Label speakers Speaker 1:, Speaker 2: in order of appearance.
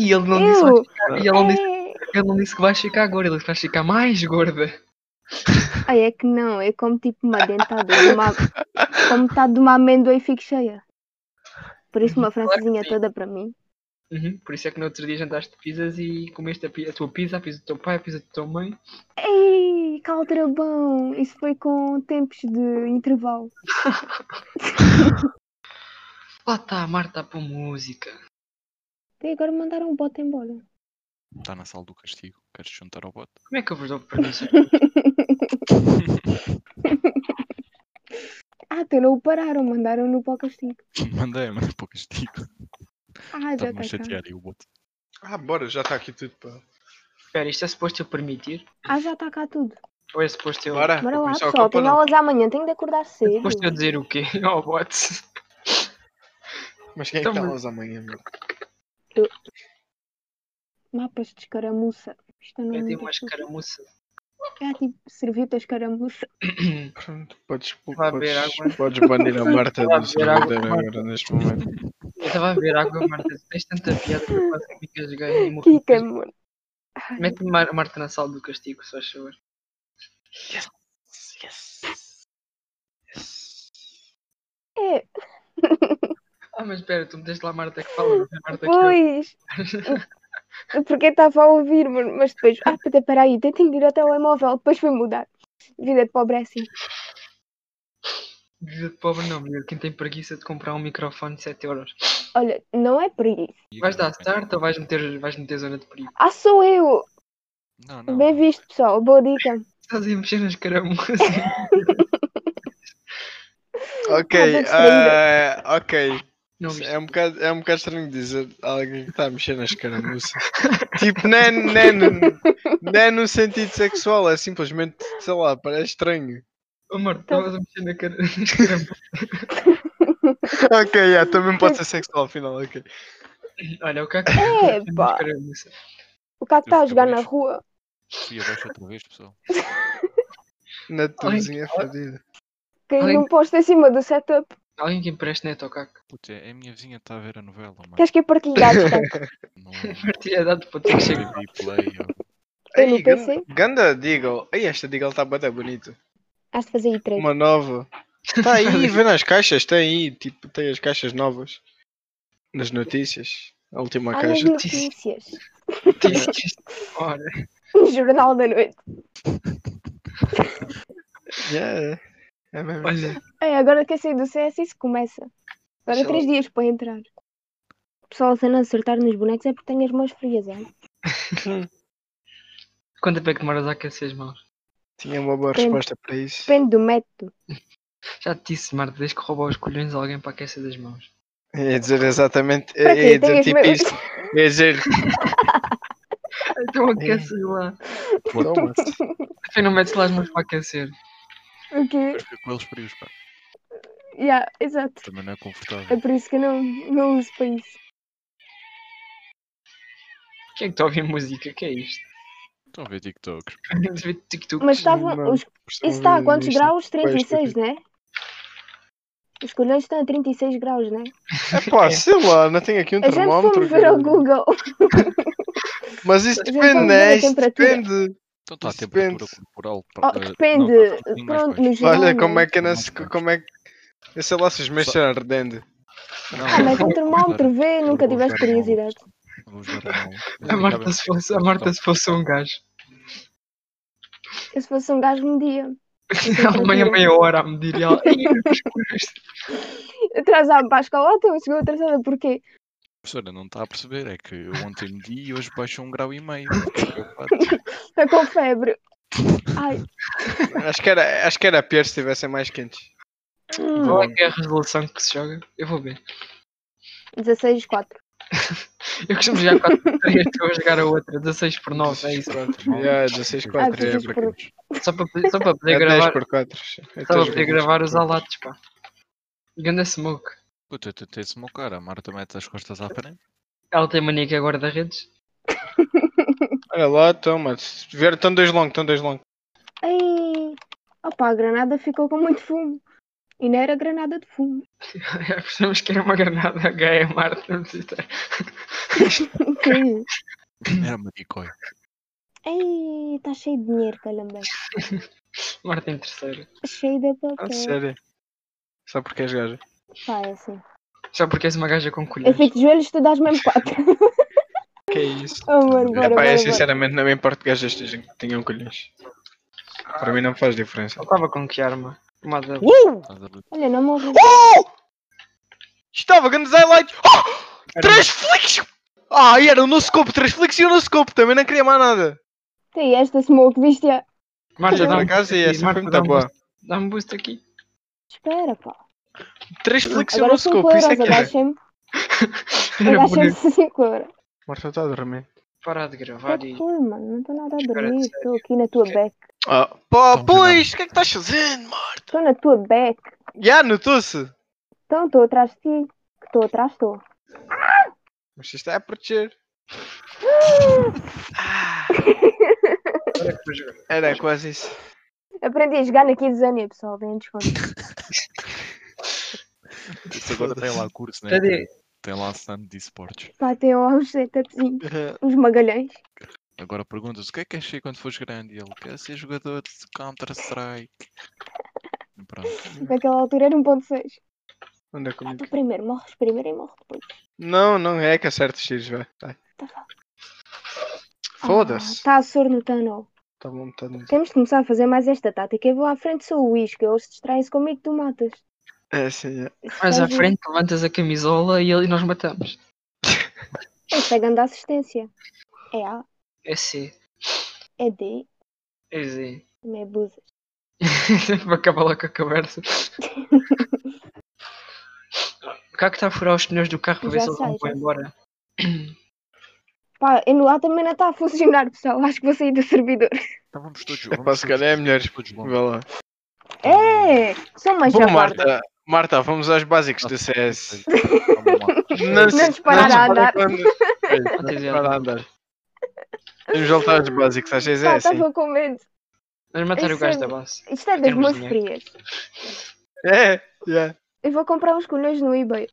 Speaker 1: E ele não disse, vai ficar- e ele não disse,
Speaker 2: É.
Speaker 1: ele não disse que vais ficar gorda, ele disse que vais ficar mais gorda.
Speaker 2: Ai, é que não, é como tipo uma dentadura, de uma, como metade de uma amêndoa e fico cheia. Por isso uma
Speaker 1: é que
Speaker 2: francesinha
Speaker 1: sim.
Speaker 2: toda para mim.
Speaker 1: Uhum, Por isso é que no outro dia jantaste pizzas e comeste a, pi- a tua pizza, a pizza do teu pai, a pizza da tua mãe.
Speaker 2: Ei, caldrabão! Isso foi com tempos de intervalo.
Speaker 1: Lá está a Marta para música.
Speaker 2: E agora mandaram o bote embora.
Speaker 3: Está na sala do castigo. Queres juntar ao bote?
Speaker 1: Como é que eu vos dou permissão?
Speaker 2: Ah, então não o pararam, mandaram-no para o castigo.
Speaker 3: Mandei, mandei para o castigo.
Speaker 2: Ah, já
Speaker 3: Está-me a
Speaker 2: está cá.
Speaker 3: chatear e o bote.
Speaker 4: Ah, bora, já está aqui tudo, pá.
Speaker 1: Espera, isto é suposto eu permitir?
Speaker 2: Ah, já está cá tudo.
Speaker 1: Ou é suposto eu,
Speaker 4: Bora,
Speaker 2: Bora
Speaker 4: vou
Speaker 2: lá,
Speaker 4: começar o
Speaker 2: pessoal, tenho
Speaker 4: campeonato.
Speaker 2: aulas amanhã, tenho de acordar
Speaker 1: é
Speaker 2: cedo.
Speaker 1: suposto eu dizer o quê? Oh, Ao bote.
Speaker 4: Mas quem é que
Speaker 1: Então,
Speaker 4: está
Speaker 1: mas-
Speaker 4: lá amanhã, meu?
Speaker 2: Mapas de escaramuça. Isto eu não
Speaker 1: Eu tenho uma
Speaker 2: nunca sei.
Speaker 1: escaramuça.
Speaker 2: É tipo, serviu-te a escaramuça.
Speaker 4: Pronto, podes,
Speaker 1: Vai beber água.
Speaker 4: podes, podes banir a Marta
Speaker 1: Vai
Speaker 4: do
Speaker 1: beber
Speaker 4: servidor
Speaker 1: água,
Speaker 4: agora, neste momento.
Speaker 1: Eu estava a ver água, Marta. tu Tens tanta piada que eu quase que ficas ganho e morro.
Speaker 2: Kika, mano. Ai,
Speaker 1: Mete-me Mar- Marta na sala do castigo, se faz favor.
Speaker 2: É,
Speaker 1: Ah, mas espera, tu meteste lá a Marta que fala, não é a Marta que eu.
Speaker 2: pois. Porque estava a ouvir, mano, mas depois. Ah, pera, peraí, tentei ir ao telemóvel, depois foi mudar. Vida de pobre é assim.
Speaker 1: Vida de pobre não, vida de quem tem preguiça de comprar um microfone de 7 euros.
Speaker 2: Olha, não é por isso.
Speaker 3: E
Speaker 1: Vais dar
Speaker 3: agora, bem?
Speaker 1: start ou vais meter, vais meter zona de perigo?
Speaker 2: Ah, sou eu!
Speaker 3: Não, não.
Speaker 2: Bem visto, pessoal, boa dica.
Speaker 1: Estás a mexer nas assim? caramuças.
Speaker 4: Ok,
Speaker 2: Ah, deve ser
Speaker 4: ah, ok.
Speaker 1: Não viste?
Speaker 4: É um, bocado, é um bocado estranho dizer alguém que está a mexer nas caramuças. tipo, não é, não, é, no- não é no sentido sexual, é simplesmente, sei lá, parece estranho.
Speaker 1: Oh, Marta, estavas a mexer na cara- nas caramuças.
Speaker 4: Ok, yeah, também pode ser sexual, afinal, ok.
Speaker 1: Olha, o que é que é nas
Speaker 2: Epá.
Speaker 1: caramuças?
Speaker 2: O cara que
Speaker 3: Eu
Speaker 2: está a jogar
Speaker 3: fico
Speaker 2: na
Speaker 3: lixo.
Speaker 2: rua.
Speaker 3: Fui abaixo outra vez, pessoal.
Speaker 4: Na tuazinha é fodida.
Speaker 2: Caiu
Speaker 1: Ai.
Speaker 2: num posto em cima do setup.
Speaker 1: Alguém que empreste neto ao caco.
Speaker 3: Putz, é a minha vizinha está a ver a novela, mano.
Speaker 2: Queres que é eu partilhe dados? Tanto?
Speaker 3: Não
Speaker 1: Partilha dado para ter chego.
Speaker 3: TV Play. é um ó.
Speaker 2: Eu no
Speaker 4: Ei,
Speaker 2: PC.
Speaker 4: gan- Ganda Deagle. Ei, esta Deagle está bem bonita.
Speaker 2: Has de fazer aí três.
Speaker 4: Uma nova. Está Tá aí, vê nas caixas, tem aí, tipo, tem as caixas novas. Nas notícias. A última
Speaker 2: Há nas
Speaker 4: caixa.
Speaker 2: notícias.
Speaker 1: Ora,
Speaker 2: No jornal da noite.
Speaker 4: Yeah, é mesmo.
Speaker 1: olha.
Speaker 2: É, agora que eu saí do CS, isso começa. Agora
Speaker 1: Sei
Speaker 2: três dias para entrar. Pessoal, se eu não acertar nos bonecos é porque tenho as mãos frias, é?
Speaker 1: Quanto tempo é que demoras a aquecer as mãos?
Speaker 4: Tinha uma boa
Speaker 2: Tem-
Speaker 4: resposta para isso.
Speaker 2: Depende do método.
Speaker 1: Já te disse, Marta, desde que roubar os colhões alguém para aquecer das mãos.
Speaker 4: Ia dizer exatamente.
Speaker 2: Para quê? Tem
Speaker 4: Ia dizer
Speaker 2: as
Speaker 4: tipo
Speaker 2: mãos.
Speaker 4: isso. Ia dizer.
Speaker 1: Então aqueces lá.
Speaker 4: Toma-se.
Speaker 1: Até não metes lá as mãos para aquecer.
Speaker 2: O quê?
Speaker 3: Vai ficar Com eles frios, pá.
Speaker 2: Yeah, exato.
Speaker 3: Também não é confortável.
Speaker 2: É por isso que eu não, não uso para isso.
Speaker 1: Quem é que está a ouvir música? Que é isto?
Speaker 3: Estão a ver TikToks.
Speaker 1: Vamos ver TikTok.
Speaker 2: Mas estavam.
Speaker 4: Mano,
Speaker 2: Os...
Speaker 4: Estão
Speaker 2: Isso está a
Speaker 4: ver
Speaker 2: quantos
Speaker 4: isto?
Speaker 2: graus?
Speaker 4: isto aqui.
Speaker 2: 36, né? Os colhões estão a 36 graus, né?
Speaker 4: É pá, sei lá, não tenho aqui um
Speaker 2: A gente
Speaker 4: termómetro.
Speaker 2: fomos ver ao
Speaker 4: cara.
Speaker 2: Google.
Speaker 4: Mas isso
Speaker 2: A gente
Speaker 4: depende,
Speaker 2: fomos ver
Speaker 4: né?
Speaker 2: a
Speaker 4: Isso
Speaker 2: temperatura.
Speaker 4: depende.
Speaker 3: Então está a
Speaker 4: Isso
Speaker 3: temperatura
Speaker 4: depende.
Speaker 3: corporal.
Speaker 2: Oh,
Speaker 3: eh,
Speaker 2: depende.
Speaker 3: não, está um bocadinho mais
Speaker 2: Pronto,
Speaker 3: baixo.
Speaker 2: no geral.
Speaker 4: Olha
Speaker 2: né?
Speaker 4: como é que eu não
Speaker 3: Não,
Speaker 4: sei.
Speaker 3: não.
Speaker 4: Como é que. Eu sei lá se os meus
Speaker 3: Só-
Speaker 4: estão ardendo.
Speaker 3: Não,
Speaker 2: Ah, mas um termómetro, vê,
Speaker 3: Eu
Speaker 2: nunca
Speaker 3: vou
Speaker 2: tiveste
Speaker 3: usar um-
Speaker 2: curiosidade.
Speaker 3: vou usar um-
Speaker 1: A Marta, se fosse, a Marta se fosse um gajo.
Speaker 2: Eu se fosse um gajo media.
Speaker 1: Ela meia meia hora a medir e ela. "Ei, os colhões."
Speaker 2: Atrasado para a escola, então chegou atrasada porquê?
Speaker 3: Professora, não está a perceber, é que eu ontem medi e hoje baixou um grau e meio.
Speaker 2: Foi É com febre. Ai,
Speaker 4: Acho que era, acho que era pior se estivessem mais quentes.
Speaker 2: hum,
Speaker 1: Qual é que é a resolução que se joga? Eu vou ver.
Speaker 2: 16, 4.
Speaker 1: Eu costumo jogar 4 por 3, estou a jogar a outra. 16 por 9, é isso.
Speaker 4: Yeah, 16 por
Speaker 2: Ah,
Speaker 4: 4 é
Speaker 2: dezesseis
Speaker 4: para
Speaker 2: por-
Speaker 4: quentes.
Speaker 1: Só para, poder- só para poder
Speaker 4: É 10
Speaker 1: gravar.
Speaker 4: por 4.
Speaker 1: Só para poder gravar os alatos, pá. Ganda smoke.
Speaker 3: Puta, eu tentei se meu cara, a Marta mete as costas à frente.
Speaker 1: Ela tem mania que é guarda-redes.
Speaker 4: Olha lá, então, toma. Se Vieram, estão dois longos, estão dois longos.
Speaker 2: Ai, opa, a granada ficou com muito fumo. E não era granada de fumo.
Speaker 1: Já percebemos que era uma granada É H.E. Marte, vamos citar.
Speaker 2: Que- é
Speaker 3: Era uma decoy.
Speaker 2: Ei, está cheio de dinheiro, calamba.
Speaker 1: Marte em terceira.
Speaker 2: Cheio de
Speaker 4: Ah,
Speaker 2: papel.
Speaker 4: sério. Só porque és gajo.
Speaker 2: Pá, é assim.
Speaker 1: Só porque és uma gaja com
Speaker 2: Eu
Speaker 1: colheres.
Speaker 2: fico de joelhos, tu dás mesmo quatro.
Speaker 4: Que é isso?
Speaker 2: Amor, bora,
Speaker 3: Epá,
Speaker 4: Epá,
Speaker 2: bora,
Speaker 4: eu
Speaker 2: bora.
Speaker 4: sinceramente não me importo que gajas estejam- tenham colhões. Para mim não faz diferença.
Speaker 1: Eu estava com que arma? Uma da...
Speaker 4: é Uh!
Speaker 3: Estás a ver?
Speaker 2: Olha, não morro.
Speaker 4: Oh! Estava grandes highlights! Oh! Três flicks! Ah, e era o nosso scope, três flicks e o nosso scope, também não queria mais nada.
Speaker 2: Tem esta smoke, viste? a-
Speaker 1: Marta,
Speaker 4: Por
Speaker 1: dá-me
Speaker 4: acaso, e
Speaker 1: aqui,
Speaker 4: essa
Speaker 1: Marta,
Speaker 4: foi
Speaker 1: dá
Speaker 4: muito
Speaker 1: um
Speaker 4: boa.
Speaker 1: boost- Dá-me um boost aqui.
Speaker 2: Espera, pá.
Speaker 4: Três flicks e o
Speaker 2: Agora
Speaker 4: nosso
Speaker 2: 5
Speaker 4: scope,
Speaker 2: euros,
Speaker 4: isso é que era.
Speaker 2: agachem-me.
Speaker 1: Era
Speaker 2: Agachem-me
Speaker 1: bonito.
Speaker 2: 5 euros.
Speaker 4: Marta está a dormir.
Speaker 1: Parar de gravar
Speaker 2: Que
Speaker 1: e...
Speaker 2: foi, mano? Não estou nada a
Speaker 1: Espera,
Speaker 2: dormir.
Speaker 1: sério.
Speaker 2: Estou aqui na tua back.
Speaker 4: Ah, pá,
Speaker 3: Então,
Speaker 4: pois, o que é que estás fazendo, mano?
Speaker 2: Estou na tua back.
Speaker 4: Já, notou-se.
Speaker 2: Então, estou atrás de ti. Que Estou atrás, estou.
Speaker 4: Mas isto é a proteger.
Speaker 2: Uh!
Speaker 4: Ah,
Speaker 1: Agora é que vou jogar.
Speaker 4: era quase isso.
Speaker 2: Aprendi a jogar na Kizania, pessoal. Bem desconto.
Speaker 3: Isso agora tem lá curso,
Speaker 2: É,
Speaker 3: né?
Speaker 1: Cadê?
Speaker 3: Tem lá stand de esportes.
Speaker 2: Pá, tem lá uns setupzinhos. Uns magalhães.
Speaker 3: Agora perguntas o que é que és ser quando fores grande? E ele quer ser jogador de Counter-Strike. Pronto.
Speaker 2: Naquela altura era 1.6.
Speaker 4: Anda
Speaker 2: Ah,
Speaker 4: comigo.
Speaker 2: tu primeiro morres primeiro e morres depois.
Speaker 4: Não, não é que acertes tiros, vai. Vai.
Speaker 2: Tá bom.
Speaker 4: Foda-se.
Speaker 2: Está Ah, a soro no tunnel.
Speaker 4: Tá bom, tá bom.
Speaker 2: Temos de começar a fazer mais esta tática. Eu vou à frente, sou o Isca. Eles distraem-se comigo, tu matas.
Speaker 4: É, sim, é.
Speaker 1: Mais à
Speaker 2: Estás a-
Speaker 1: frente, levantas a camisola e ali nós matamos.
Speaker 2: Essa é grande assistência. É A,
Speaker 1: É C.
Speaker 2: é D,
Speaker 1: É Z.
Speaker 2: também é Buzas.
Speaker 1: Para acabar lá com a conversa. Cá que está a furar os pneus do carro para ver
Speaker 2: Já
Speaker 1: se eles
Speaker 2: sei,
Speaker 1: não vão
Speaker 2: já
Speaker 1: embora.
Speaker 2: Pá, no A também não está a funcionar, pessoal. Acho que vou sair do servidor.
Speaker 3: Então vamos todos
Speaker 4: É pá, se calhar é melhor.
Speaker 3: Todos
Speaker 4: Vai
Speaker 3: longe.
Speaker 4: lá.
Speaker 2: É! Sou uma
Speaker 4: Bom,
Speaker 2: jabarda.
Speaker 4: Marta. Marta, vamos aos básicos do CS.
Speaker 3: Vamos lá.
Speaker 4: Não,
Speaker 2: Não disparar a andar.
Speaker 4: Não disparar a andar. Vamos voltar aos básicos, às vezes é
Speaker 2: Pá,
Speaker 4: assim.
Speaker 2: estava com medo.
Speaker 1: Vamos matar o
Speaker 2: Isso
Speaker 1: gajo
Speaker 2: é-
Speaker 1: da base.
Speaker 2: Isto é das
Speaker 1: Temos
Speaker 2: mãos
Speaker 1: dinheiro.
Speaker 2: frias.
Speaker 4: É, já.
Speaker 2: Eu vou comprar uns colhões no eBay.